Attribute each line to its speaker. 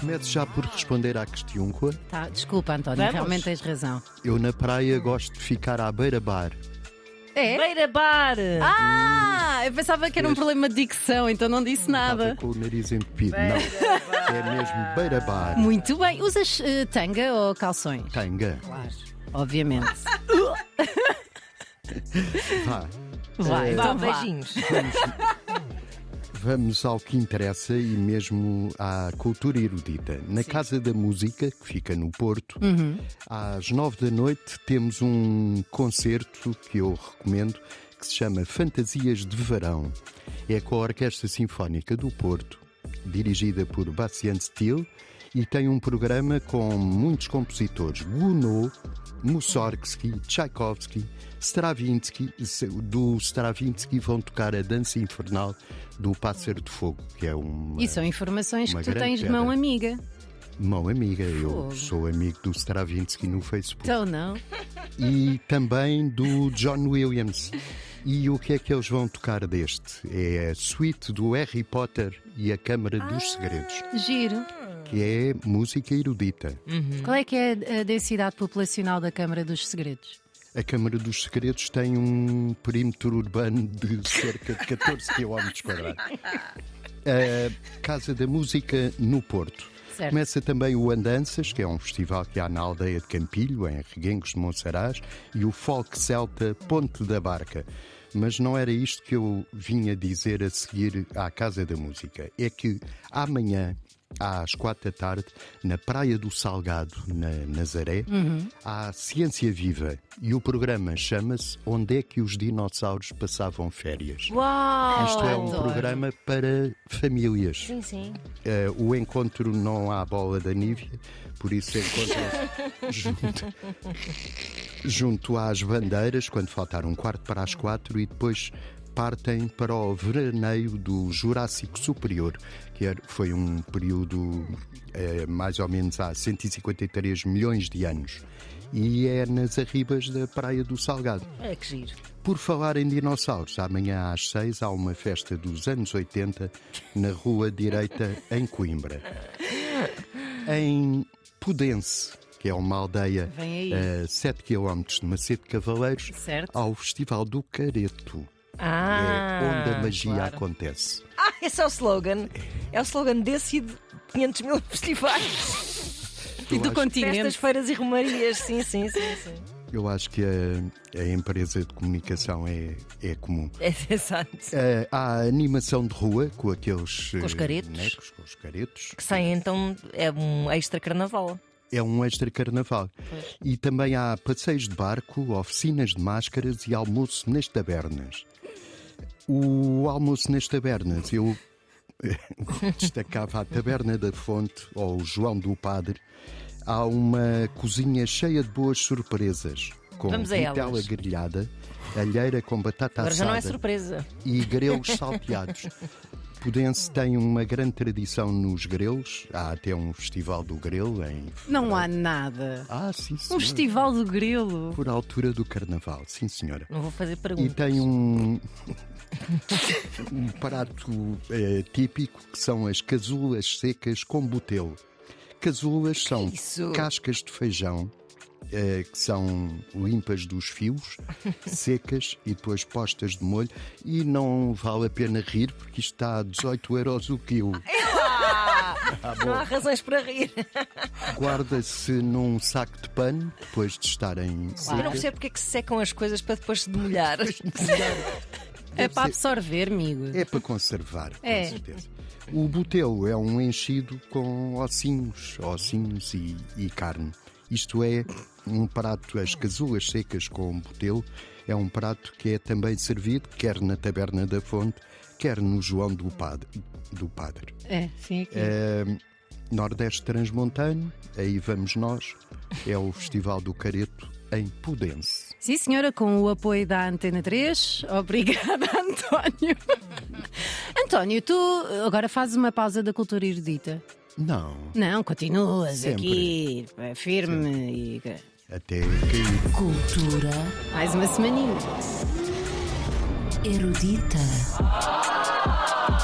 Speaker 1: começo já por responder à questiúnqua.
Speaker 2: Tá, desculpa, António,
Speaker 3: Vamos.
Speaker 2: realmente tens razão.
Speaker 1: Eu na praia gosto de ficar à beira-bar.
Speaker 2: É?
Speaker 3: Beira Bar!
Speaker 2: Ah, eu pensava que era um
Speaker 1: Este-
Speaker 2: problema de dicção, então não disse
Speaker 1: Estava
Speaker 2: nada.
Speaker 1: com o nariz entupido. Não, é mesmo beira-bar.
Speaker 2: Muito bem. Tá. Usas eh, tanga ou calções?
Speaker 1: Tanga.
Speaker 2: Claro, obviamente.
Speaker 1: Vá,
Speaker 2: Vai,
Speaker 3: Vá,
Speaker 2: então vá.
Speaker 3: beijinhos.
Speaker 1: vamos ao que interessa e mesmo à cultura erudita. Na Casa da Música, que fica no Porto, às nove da noite temos um concerto que eu recomendo que se chama Fantasias de Verão. É com a Orquestra Sinfónica do Porto, dirigida por Bastian Steele, e tem um programa com muitos compositores. Gounod, Mussorgsky, Tchaikovsky, Stravinsky. se- Do Stravinsky vão tocar a Dança Infernal do Pássaro de Fogo, que é uma
Speaker 2: E são informações
Speaker 1: Uma
Speaker 2: que tu
Speaker 1: grande
Speaker 2: tens de
Speaker 1: pedra.
Speaker 2: mão amiga.
Speaker 1: mão amiga. Eu
Speaker 2: Fogo.
Speaker 1: sou amigo do Stravinsky no Facebook.
Speaker 2: Então não.
Speaker 1: e também do John Williams. E o que é que eles vão tocar deste? É a suíte do Harry Potter e a Câmara dos Segredos,
Speaker 2: Giro.
Speaker 1: que é música erudita.
Speaker 2: Qual é que é a densidade populacional da Câmara dos Segredos?
Speaker 1: A Câmara dos Segredos tem um perímetro urbano de cerca de 14 quilómetros quadrados. A Casa da Música no Porto.
Speaker 2: Certo.
Speaker 1: Começa também o Andanças, que é um festival que há na aldeia de Campilho, em Reguengos de Monsaraz, e o folk celta Ponte da Barca. Mas não era isto que eu vinha dizer a seguir à Casa da Música. É que amanhã, às quatro da tarde, na Praia do Salgado, na Nazaré, há Ciência Viva. E o programa chama-se Onde é que os dinossauros passavam férias?
Speaker 3: Uau! Ah,
Speaker 1: Isto é um
Speaker 2: adoro.
Speaker 1: programa para famílias.
Speaker 3: Sim, sim.
Speaker 1: Eh, o encontro não há bola da Nívia, por isso encontram-se junto, junto às bandeiras, quando faltar um quarto para as quatro, e depois partem para o veraneio do Jurássico Superior, que era- foi um período eh, mais ou menos há 153 milhões de anos. E é nas arribas da Praia do Salgado.
Speaker 3: É que giro.
Speaker 1: Por falar em dinossauros, amanhã às seis há uma festa dos anos 80 na Rua Direita, em Coimbra. Em Pudense, que é uma aldeia
Speaker 2: Vem aí.
Speaker 1: a 7 km de Macedo de Cavaleiros,
Speaker 2: Certo.
Speaker 1: há o Festival do Careto, é
Speaker 3: Ah!
Speaker 1: onde a magia
Speaker 2: claro.
Speaker 1: acontece.
Speaker 3: Ah, esse é o slogan. É o slogan desse e de 500 mil festivais.
Speaker 2: E do
Speaker 3: Festas,
Speaker 2: continente.
Speaker 3: feiras e romarias. Sim, sim, sim. sim.
Speaker 1: Eu acho que a, a empresa de comunicação é, é comum.
Speaker 3: É exato.
Speaker 1: Eh, há a animação de rua com aqueles
Speaker 3: Com os
Speaker 1: eh,
Speaker 3: caretos.
Speaker 1: bonecos, com os caretos.
Speaker 3: Que sem então é um extra carnaval.
Speaker 1: é um extra carnaval. E também há passeios de barco, oficinas de máscaras e almoço nas tabernas. O almoço nas tabernas, eu eh, destacava a Taberna da Fonte ou o João do Padre. Há uma cozinha cheia de boas surpresas, com
Speaker 3: Vamos a
Speaker 1: vitela
Speaker 3: elas.
Speaker 1: grelhada, alheira com batata
Speaker 3: Agora já
Speaker 1: assada
Speaker 3: não é surpresa.
Speaker 1: e grelos salteados. Pudense tem uma grande tradição nos grelos. Há até um festival do grelo em
Speaker 2: Não há nada.
Speaker 1: ah, sim,
Speaker 2: Um
Speaker 1: senhora.
Speaker 2: festival do grilo.
Speaker 1: Por altura do carnaval, sim, senhora.
Speaker 3: Não vou fazer
Speaker 1: E
Speaker 3: perguntas.
Speaker 1: tem um, um prato eh, típico que são as casulas secas com botelo. Casulas são
Speaker 3: isso?
Speaker 1: cascas de feijão eh, que são limpas dos fios, secas e depois postas de molho. E não vale a pena rir porque isto está a 18 euros o quilo.
Speaker 3: Não há razões para rir.
Speaker 1: Guarda-se num saco de pano depois de estarem
Speaker 3: Eu não
Speaker 1: secas.
Speaker 3: percebo porque é que se secam as coisas para depois se demolhar.
Speaker 2: É para absorver, amigo.
Speaker 1: É para conservar, com
Speaker 2: É.
Speaker 1: certeza. O botelo é um enchido com ossinhos, ossinhos e, e carne. Isto é um prato, as casulas secas com botelo, é um prato que é também servido, quer na Taberna da Fonte, quer no João do Padre. Do padre.
Speaker 2: É, sim, aqui.
Speaker 1: Nordeste Transmontano, aí vamos nós, é o Festival do Careto em Pudense.
Speaker 2: Sim, senhora, com o apoio da Antena 3. Obrigada, António. António, tu agora fazes uma pausa da cultura erudita.
Speaker 1: Não,
Speaker 2: Não, continuas
Speaker 1: Sempre.
Speaker 2: aqui, é, firme e.
Speaker 1: até cair.
Speaker 4: Cultura
Speaker 2: Mais uma semaninha.
Speaker 4: erudita.